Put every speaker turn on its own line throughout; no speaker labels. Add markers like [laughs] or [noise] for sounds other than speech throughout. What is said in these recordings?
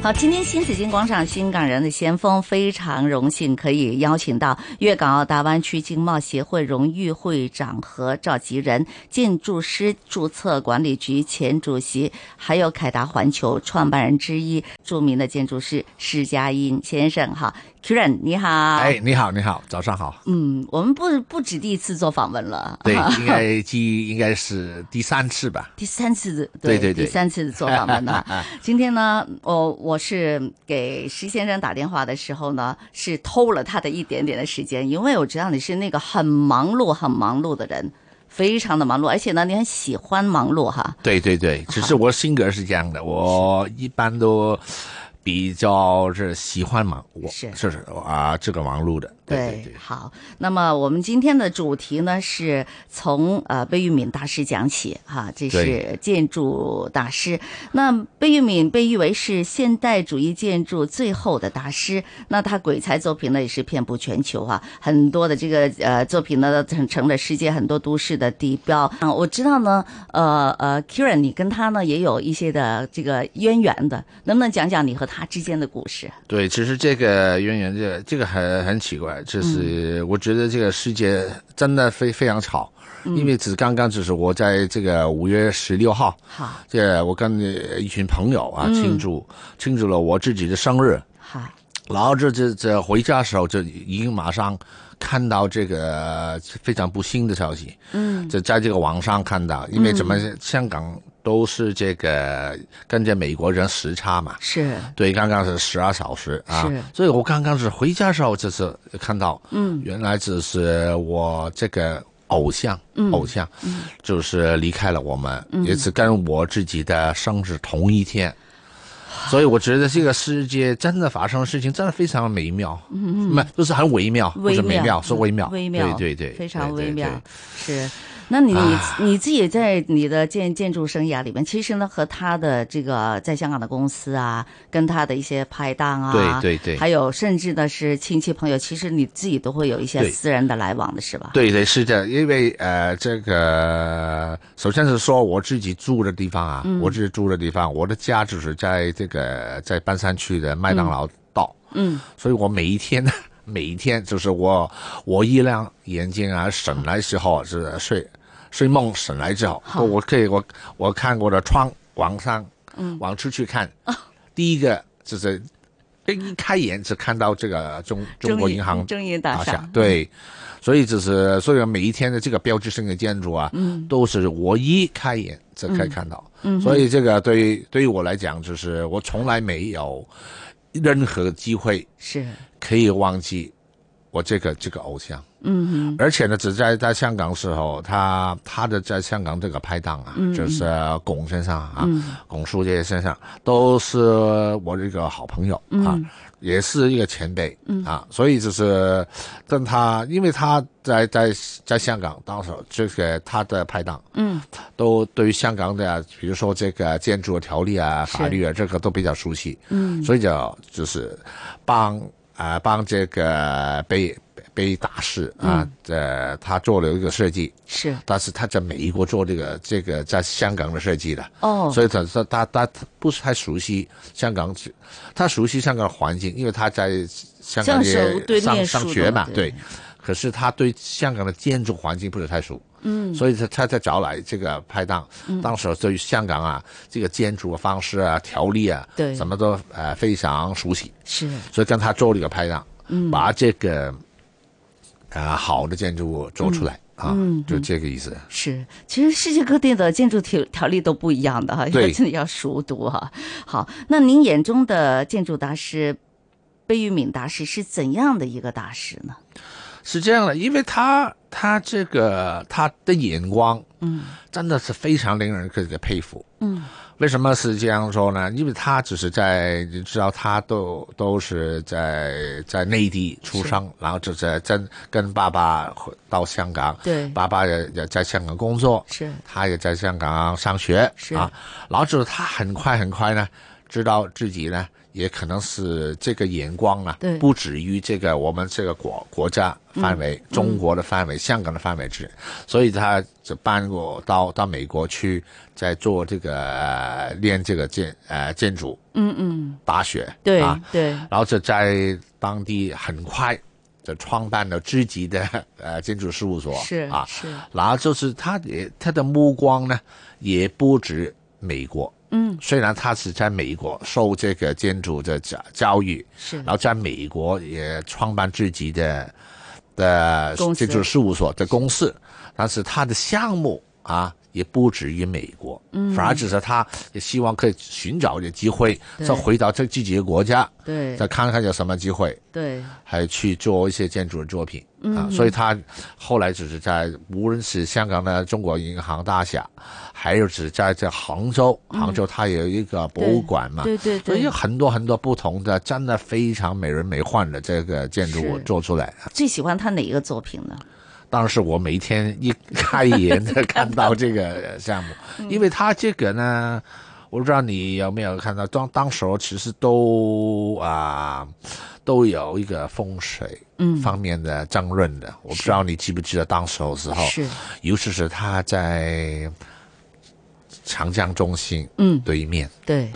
好，今天新紫金广场新港人的先锋非常荣幸可以邀请到粤港澳大湾区经贸协会荣誉会长和召集人、建筑师注册管理局前主席，还有凯达环球创办人之一、著名的建筑师施嘉英先生。哈 k i r a n 你好。
哎，你好，你好，早上 [laughs] 好。
嗯，我们不不止第一次做访问了，
对，应该记应该是第三次吧。
第三次的
对对对
第三次的做访问呢。今天呢，我我是给石先生打电话的时候呢，是偷了他的一点点的时间，因为我知道你是那个很忙碌、很忙碌的人，非常的忙碌，而且呢，你很喜欢忙碌哈。
[laughs] 对对对，只是我性格是这 [laughs] 样的，我一般都比较是喜欢忙，我
是
是是啊，这个忙碌的。对对，
好。那么我们今天的主题呢，是从呃贝聿铭大师讲起哈、这是
对
建筑大师。那贝聿铭被誉为是现代主义建筑最后的大师，那他鬼才作品呢也是遍布全球啊，很多的这个呃作品呢成成了世界很多都市的地标啊。我知道呢，呃呃，Kieran，你跟他呢也有一些的这个渊源的，能不能讲讲你和他之间的故事？
对，其实这个渊源，这个这个很很奇怪，就是我觉得这个世界真的非非常吵，因为只刚刚只是我在这个五月十六号，
好，
这我跟一群朋友啊庆祝庆祝了我自己的生日，
好，
然后这这这回家的时候，就已经马上看到这个呃非常不幸的消息。嗯，就在这个网上看到，因为怎么香港都是这个跟着美国人时差嘛，
是。
对，刚刚是十二小时啊
是，
所以我刚刚是回家的时候，就是看到，嗯，原来只是我这个偶像，
嗯
偶像，就是离开了我们，也是跟我自己的生日同一天。所以我觉得这个世界真的发生的事情真的非常美妙，嗯嗯，就是很微妙，不
微
是
妙，
美妙，是微妙，
嗯微妙，
对对对，
非常
对
微
对
妙，
对啊
是。那你你自己在你的建建筑生涯里面，其实呢和他的这个在香港的公司啊，跟他的一些拍档啊，
对对对
还有甚至呢是亲戚朋友，其实你自己都会有一些
对
私人的来往的是吧？
对对是的，因为呃，这个首先是说我自己住的地方啊，我自己住的地方，我的家就是在这个在半山区的麦当劳道，
嗯，
所以我每一天呢， [laughs] 每一天就是我我一亮眼睛啊，醒来之后是睡睡梦醒来之后，
好
我可以我我看我的窗往上，嗯，往出去看，第一个就是。一开眼就看到这个中中国银行
中嗯银大厦，
对，所以就是所以每一天的这个标志性的建筑啊，
嗯
都是我一开眼就可以看到，所以这个对于对于我来讲，就是我从来没有任何机会
是，
可以忘记我这个这个偶像。
嗯
而且呢，只在在香港时候，他他的在香港这个拍档啊，
嗯
就是龚先生啊，龚书记先生，都是我这个好朋友啊，也是一个前辈、啊，所以就是跟他，因为他在在在香港，当时这个他的拍档，嗯，都对于香港的，比如说这个建筑条例啊、
是
法律啊，这个都比较熟悉，嗯，所以就就是帮啊、帮这个被被大师啊，呃，他做了一个设计，
哼，是
但是他在美国做这个这个在香港的设计的，
哦，
所以他他他他不是太熟悉香港，他熟悉香港环境，因为他在香港
这样是对
也上
念书的
上学嘛，
对
对。可是他对香港的建筑环境不是太熟，嗯，所以他他在找来这个拍档，
嗯
当时对于香港啊这个建筑的方式啊、条例啊，
对
什么都呃非常熟悉，
是
所以跟他做了一个拍档，
嗯
把这个啊、呃好的建筑物做出来、
嗯
啊，就这个意思。
是，其实世界各地的建筑条条例都不一样的哈，要
对
真的要熟读哈。好，那您眼中的建筑大师贝聿铭大师是怎样的一个大师呢？
是这样的，因为他他这个他的眼光，
嗯，
真的是非常令人自己的佩服。
嗯，
为什么是这样说呢？因为他只是在你知道，他都都是在在内地出生，然后就在跟跟爸爸回到香港，
对
爸爸也也在香港工作，
是
他也在香港上学
是
啊，然后就是他很快很快呢，知道自己呢也可能是这个眼光啊
对，
不止于这个我们这个国国家范
嗯
围、中国的范围、香港的范围之内，所以他就搬过到到美国去，在做这个、呃、练这个建呃建筑
嗯嗯，
大学，
对
啊，
对，
然后就在当地很快就创办了自己的呃建筑事务所，
是
啊，
是，
然后就是他也他的目光呢，也不止美国。
嗯，
虽然他是在美国受这个建筑的教教育，
是
然后在美国也创办自己的的
公司
建筑事务所的公司，但是他的项目啊也不止于美国，嗯，反而只是他也希望可以寻找的机会，
对
再回到这自己的国家，
对
再看看有什么机会。
对，
还去做一些建筑的作品
嗯
啊，所以他后来只是在无论是香港的中国银行大厦，还有只是在这杭州，杭州它有一个博物馆嘛，
嗯对对
所以
对
有，很多很多不同的，真的非常美轮美奂的这个建筑物
是
做出来。
最喜欢他哪一个作品呢？
当然是我每天一 [laughs] 开眼的看到这个项
[laughs] 嗯
目，因为它这个呢，我不知道你有没有看到，当当时候其实都啊、都有一个风水
嗯
方面的争论的，我不知道你记不记得当时候时候，
是，
尤其是他在长江中心
嗯，
对面。
对，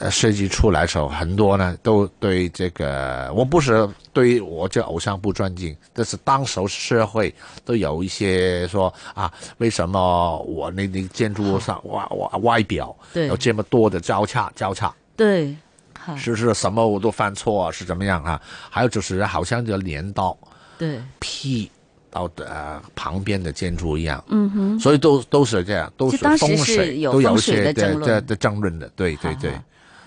呃设计出来的时候，很多呢都对这个，我不是对我这偶像不尊敬，但是当时候社会都有一些说啊，为什么我那那建筑物上
啊
外外外表
对
有这么多的交叉交叉，
对，哈，
是不是什么我都犯错是怎么样啊？还有就是好像就连到
对，
屁到的、呃旁边的建筑一样，
嗯哼，
所以都都是这样，都是
就当时
风
是
水
有
都有
风
一
水
些
的
对
争论
对对争论的，对对
哈
对
哈。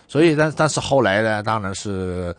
所以但但是后来呢，当然是，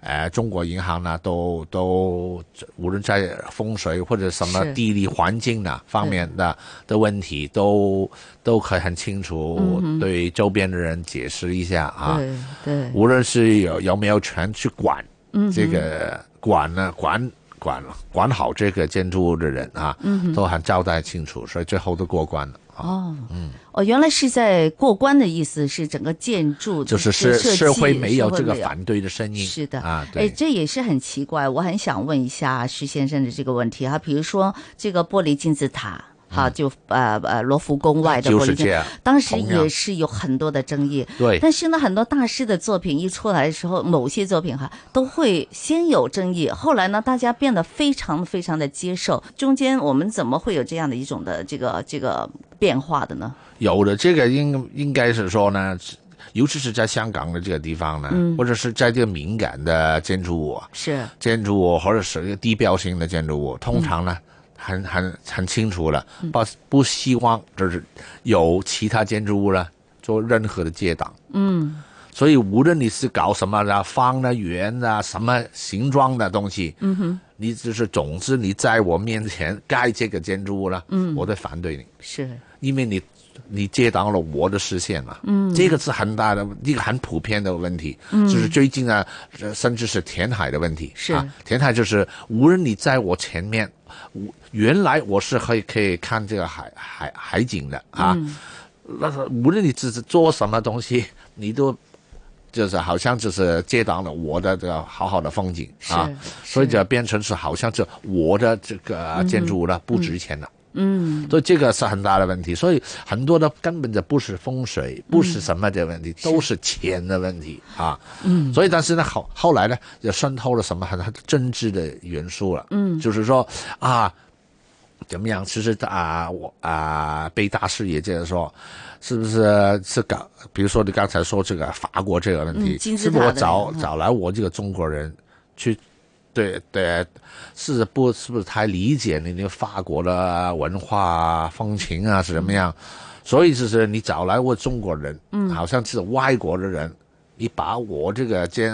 呃，中国银行呢，都都无论在风水或者什么
是
地理环境呢方面的的问题，都都可以很清楚对周边的人解释一下啊。
嗯对对，
无论是有有没有权去管
嗯
这个管呢管管管好这个建筑物的人啊，
嗯
都很交代清楚，所以最后都过关了啊。
哦，嗯，哦，原来是在过关的意思，是整个建筑的
就是社
设计
社会没有
社会
这个
没有
反对的声音，
是的
啊，
哎，
对。
这也是很奇怪，我很想问一下徐先生的这个问题哈，比如说这个玻璃金字塔。哈，就呃呃，罗浮宫外的
嗯就
玻璃
是
金
这
字塔，
样，
当时
同样
也是有很多的争议。
对
但是呢，很多大师的作品一出来的时候，某些作品哈都会先有争议，后来呢，大家变得非常非常的接受。中间我们怎么会有这样的一种的这个这个变化的呢？
有的这个应应该是说呢，尤其是在香港的这个地方呢，
嗯
或者是在这个敏感的建筑物啊，
是
建筑物或者是一个地标性的建筑物，通常呢，很很很清楚了，不不希望就是有其他建筑物呢做任何的遮挡。嗯，所以无论你是搞什么的方的、圆的、什么形状的东西，嗯哼，你就是总之你在我面前盖这个建筑物呢，嗯，我都反对你。
是，
因为你你遮挡了我的视线了，嗯，这个是很大的一个很普遍的问题，嗯，就是最近啊，呃甚至是填海的问题，
是
啊，填海就是无论你在我前面，我原来我是可以可以看这个海海海景的啊，那是无论你只是做什么东西，你都。就是好像就是遮挡了我的这个好好的风景
是
啊，所以
是
就变成是好像是我的这个建筑物呢不值钱了。所以这个是很大的问题。所以很多的根本就不是风水，不是什么的问题，都是钱的问题啊。嗯，所以但是呢，后后来呢，也渗透了什么很很政治的元素了。嗯，就是说啊。怎么样？其实啊，我啊，被大师也这样说，是不是是搞？比如说你刚才说这个法国这个问题，
嗯金字
是不是我
塔的那
找
个嗯
找来我这个中国人去对对，是不是不是太理解你那个法国的文化啊风情啊是怎么
嗯
样？所以就是你找来我中国人，嗯，好像是外国的人，你把我这个建，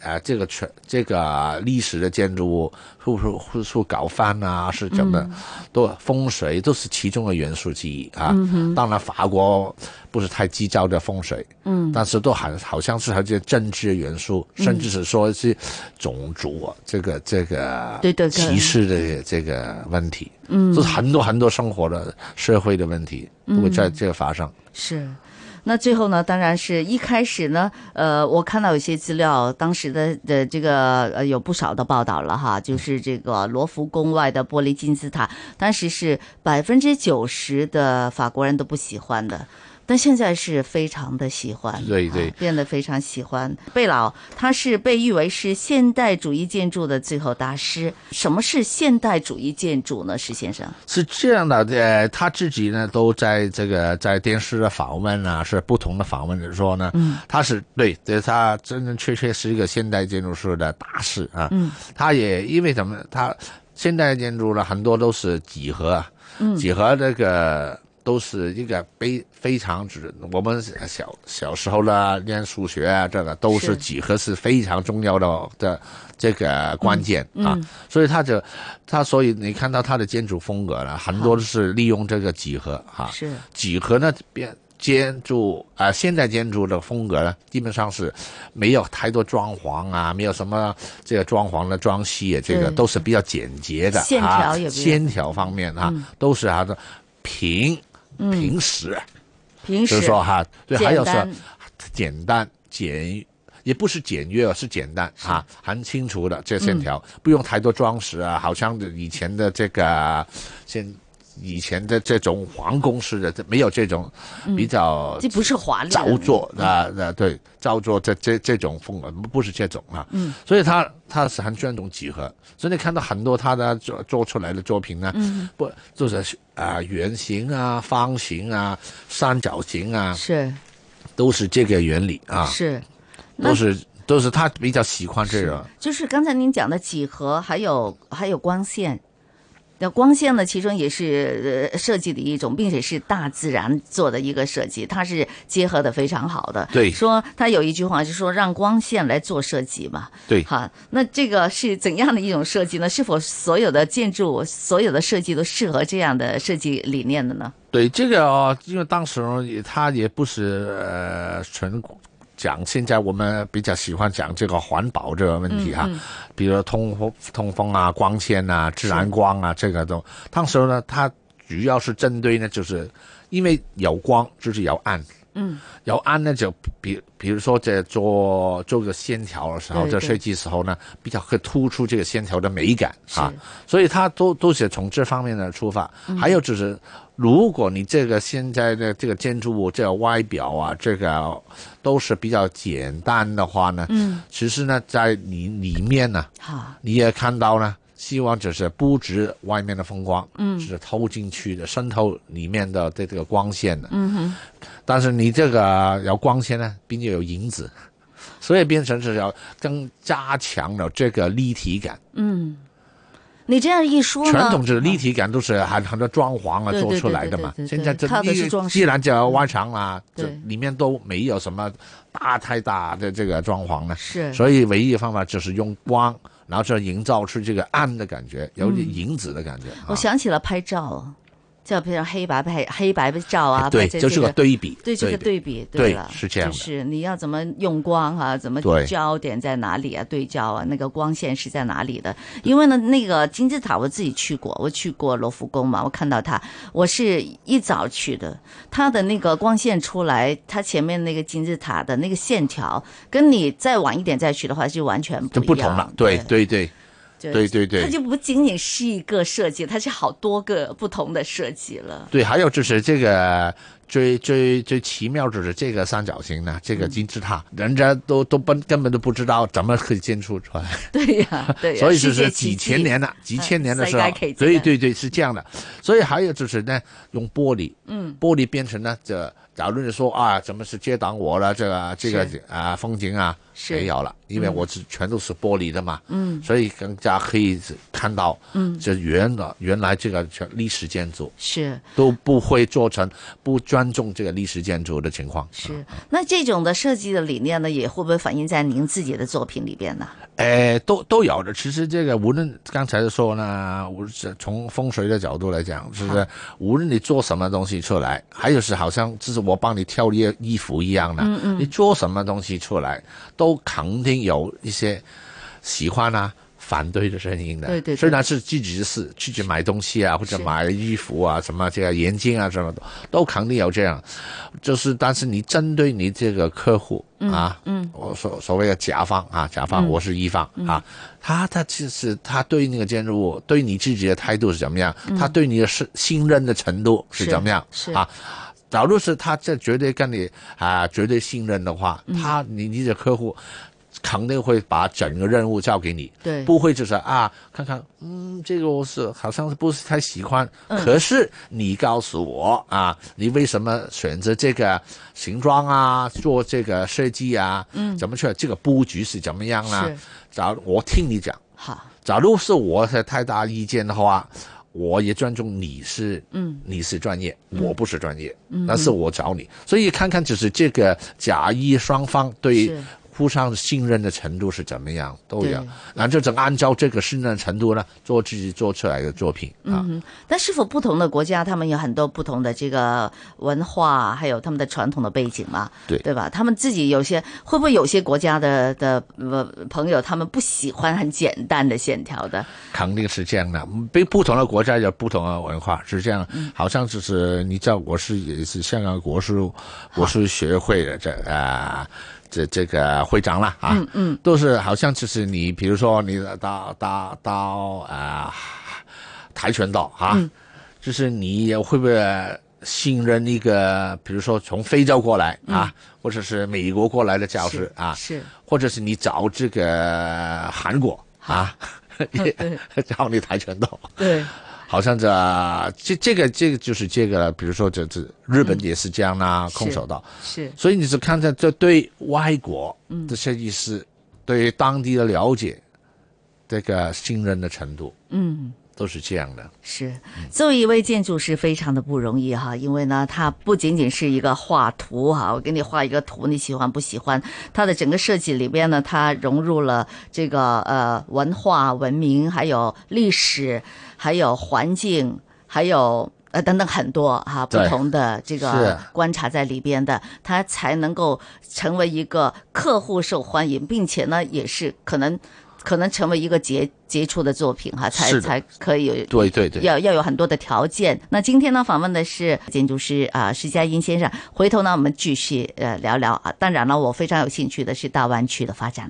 呃，这个全这个历史的建筑物，是不是是不是搞翻啊？是怎么？
嗯
都风水都是其中的元素之一啊。当然，法国不是太计较的风水，嗯，但是都好好像是还有这些政治的元素，甚至是说是种族啊，这个这个嗯
对对对
歧视的这个问题，嗯嗯，就是很多很多生活的社会的问题都会在这个发生。
是。那最后呢，当然是一开始呢，呃，我看到有些资料，当时的的这个呃有不少的报道了哈，就是这个罗浮宫外的玻璃金字塔，当时是百分之九十的法国人都不喜欢的。但现在是非常的喜欢，
对对
啊变得非常喜欢。贝老他是被誉为是现代主义建筑的最后大师。什么是现代主义建筑呢？石先生，
是这样的，呃，他自己呢都在这个在电视的访问啊，是不同的访问的说呢，嗯，他是对，对他真真确确是一个现代建筑师的大师啊，嗯，他也因为什么，他现代建筑呢很多都是几何啊，嗯，几何这个。都是一个非非常之，我们小小时候呢练数学啊，这个都
是
是几何是非常重要的的这个关键啊，所以他就他所以你看到他的建筑风格呢，很多都是利用这个几何哈、啊，
是
几何呢变建筑啊、现代建筑的风格呢，基本上是没有太多装潢啊，没有什么这个装潢的装饰啊，这个
对
都是比较简洁的
线条
啊
也，比较
线条方面啊，
嗯
都是它的平平实，
平
就是
时
说哈，对，还有
简
是
单，
简单简。也不是简约，是嗯简单啊，很清楚的这线条，不用太多装饰啊，好像以前的这个，现以前的这种皇宫式的，这没有这种比较
这不是华丽的
造作啊，啊，对，造作这这这种风格不是这种啊，嗯，所以他他是很注重几何，所以你看到很多他的做做出来的作品呢，嗯，不就是啊、圆形啊、方形啊、三角形啊，
是
都是这个原理啊，
是，那
都是都是他比较喜欢这个，
就是刚才您讲的几何，还有还有光线。那光线呢，其中也是呃设计的一种，并且是大自然做的一个设计，它是结合的非常好的。
对
说它有一句话是说让光线来做设计嘛。
对，
好，那这个是怎样的一种设计呢？是否所有的建筑、所有的设计都适合这样的设计理念的呢？
对这个哦，因为当时哦也他也不是呃纯讲，现在我们比较喜欢讲这个环保这个问题
嗯
哈、比如通风通风啊、光纤啊、自然光啊，这个都。当时呢，它主要是针对呢，就是因为有光就是有暗，嗯，有暗呢就比比如说在做做个线条的时候，
对
在
对
设计时候呢，比较会突出这个线条的美感啊
是。
所以他都都是从这方面的出发。还有就是，如果你这个现在的这个建筑物这个外表啊，这个都是比较简单的话呢，嗯，其实呢，在你里面呢，
好，
你也看到呢，希望只是不止外面的风光，嗯，只是透进去的渗透里面的这这个光线的，嗯哼。但是你这个有光线呢，并且有影子，所以变成是要更加强了这个立体感。
你这样一说呢，
传统是立体感都是很很多装潢啊
对对
做出来的嘛
对对，对对
现在这
靠的是装饰
既然叫外墙啦，
对
这里面都没有什么大太大的这个装潢了，
是
所以唯一的方法就是用光，然后就营造出这个暗的感觉，有点影子的感觉。
我
啊
想起了拍照，就比如黑白拍黑白照啊，
哎对，
拍这
就是
这
个对比，
对这个
比
对比，
对
了，
是这样的
就是你要怎么用光啊，怎么
对
焦点在哪里啊，对焦啊，那个光线是在哪里的？因为呢，那个金字塔我自己去过，我去过罗浮宫嘛，我看到它，我是一早去的，它的那个光线出来，它前面那个金字塔的那个线条，跟你再晚一点再去的话就完全
就
不
不
一
同
样
了，对对对
对
对对
它
对。
就不仅仅是一个设计，它是好多个不同的设计了。 [laughs]
对，还有就是这个最最最奇妙就是这个三角形呢，这
嗯
个金字塔，人家都都不根本都不知道怎么可以建出出来。
对呀、对
[laughs]
呀、
所以就
世界
是几
奇迹
千
[laughs]
年的、几千年的时候
世界奇迹，
对对对，是这样的。所以还有就是呢，用玻璃，嗯，玻璃变成呢，这假如你说啊，怎么是遮挡我了？这个这个
是
啊、风景啊，
是嗯
没有了，因为我是全都是玻璃的嘛，嗯，所以更加可以看到，嗯，这原的原来这个全历史建筑
是
都不会做成不尊重这个历史建筑的情况。
是，那这种的设计的理念呢，也会不会反映在您自己的作品里边呢？
哎，都都有的。其实这个无论刚才说呢，我是从风水的角度来讲，是不是？无论你做什么东西出来，还有是好像就是我帮你挑衣衣服一样的，
嗯
你做什么东西出来，都肯定有一些喜欢啊。反对的声音的。
对对对
虽然是自己是自己买东西啊，或者
是
买衣服啊，什么这个眼镜啊，什么的，都肯定有这样。就是，但是你针对你这个客户啊，嗯，我所所谓的甲方啊，甲方我是乙方、啊，他他其实他对那个建筑物对你自己的态度是怎么样，他对你的信信任的程度是
是
怎么样
是
啊？假如是他这绝对跟你啊、绝对信任的话，他你你的客户肯定会把整个任务交给你，
对
不会就是啊看看嗯这个我是好像是不是太喜欢，
嗯
可是你告诉我啊，你为什么选择这个形状啊，做这个设计啊，嗯，怎么去这个布局是怎么样啊
是？
假如我听你讲，
好，
假如是我的太大意见的话，我也尊重你是，
嗯，
你是专业，我不是专业，但是我找你，所以看看就是这个甲乙双方对
是
互相信任的程度是怎么样，都有
对，
然后就是按照这个信任程度呢，做自己做出来的作品
嗯
啊，
但是否不同的国家，他们有很多不同的这个文化，还有他们的传统的背景嘛，
对
对吧？他们自己有些会不会有些国家的的呃朋友，他们不喜欢很简单的线条的，
肯定是这样的。被不同的国家有不同的文化，是这样。好像就是你知道，我是也是香港国术国术学会的这啊、这这个会长啦啊，嗯嗯，都是好像就是你，比如说你到到到啊、跆拳道啊，就是你也会不会信任一个，比如说从非洲过来啊，或者是美国过来的教师啊，
是
或者是你找这个韩国啊，也 [laughs] 找你跆拳道，
对，
好像这这这个这个就是这个了，比如说这这日本也是这样啦、
是
空手道，
是
所以你是看在这对外国的设计师、对当地的了解，这个信任的程度，嗯，都是这样的。
是，作为一位建筑师，非常的不容易哈，因为呢，它不仅仅是一个画图哈，我给你画一个图，你喜欢不喜欢？它的整个设计里边呢，它融入了这个呃文化、文明，还有历史，还有环境，还有。呃，等等很多哈、不
对
同的这
是
个观察在里边的，它才能够成为一个客户受欢迎，并且呢，也是可能可能成为一个杰杰出的作品哈、才
是的
才可以有
对对对，
要要有很多的条件。那今天呢，访问的是建筑师啊石佳英先生。回头呢，我们继续呃聊聊啊。当然了，我非常有兴趣的是大湾区的发展。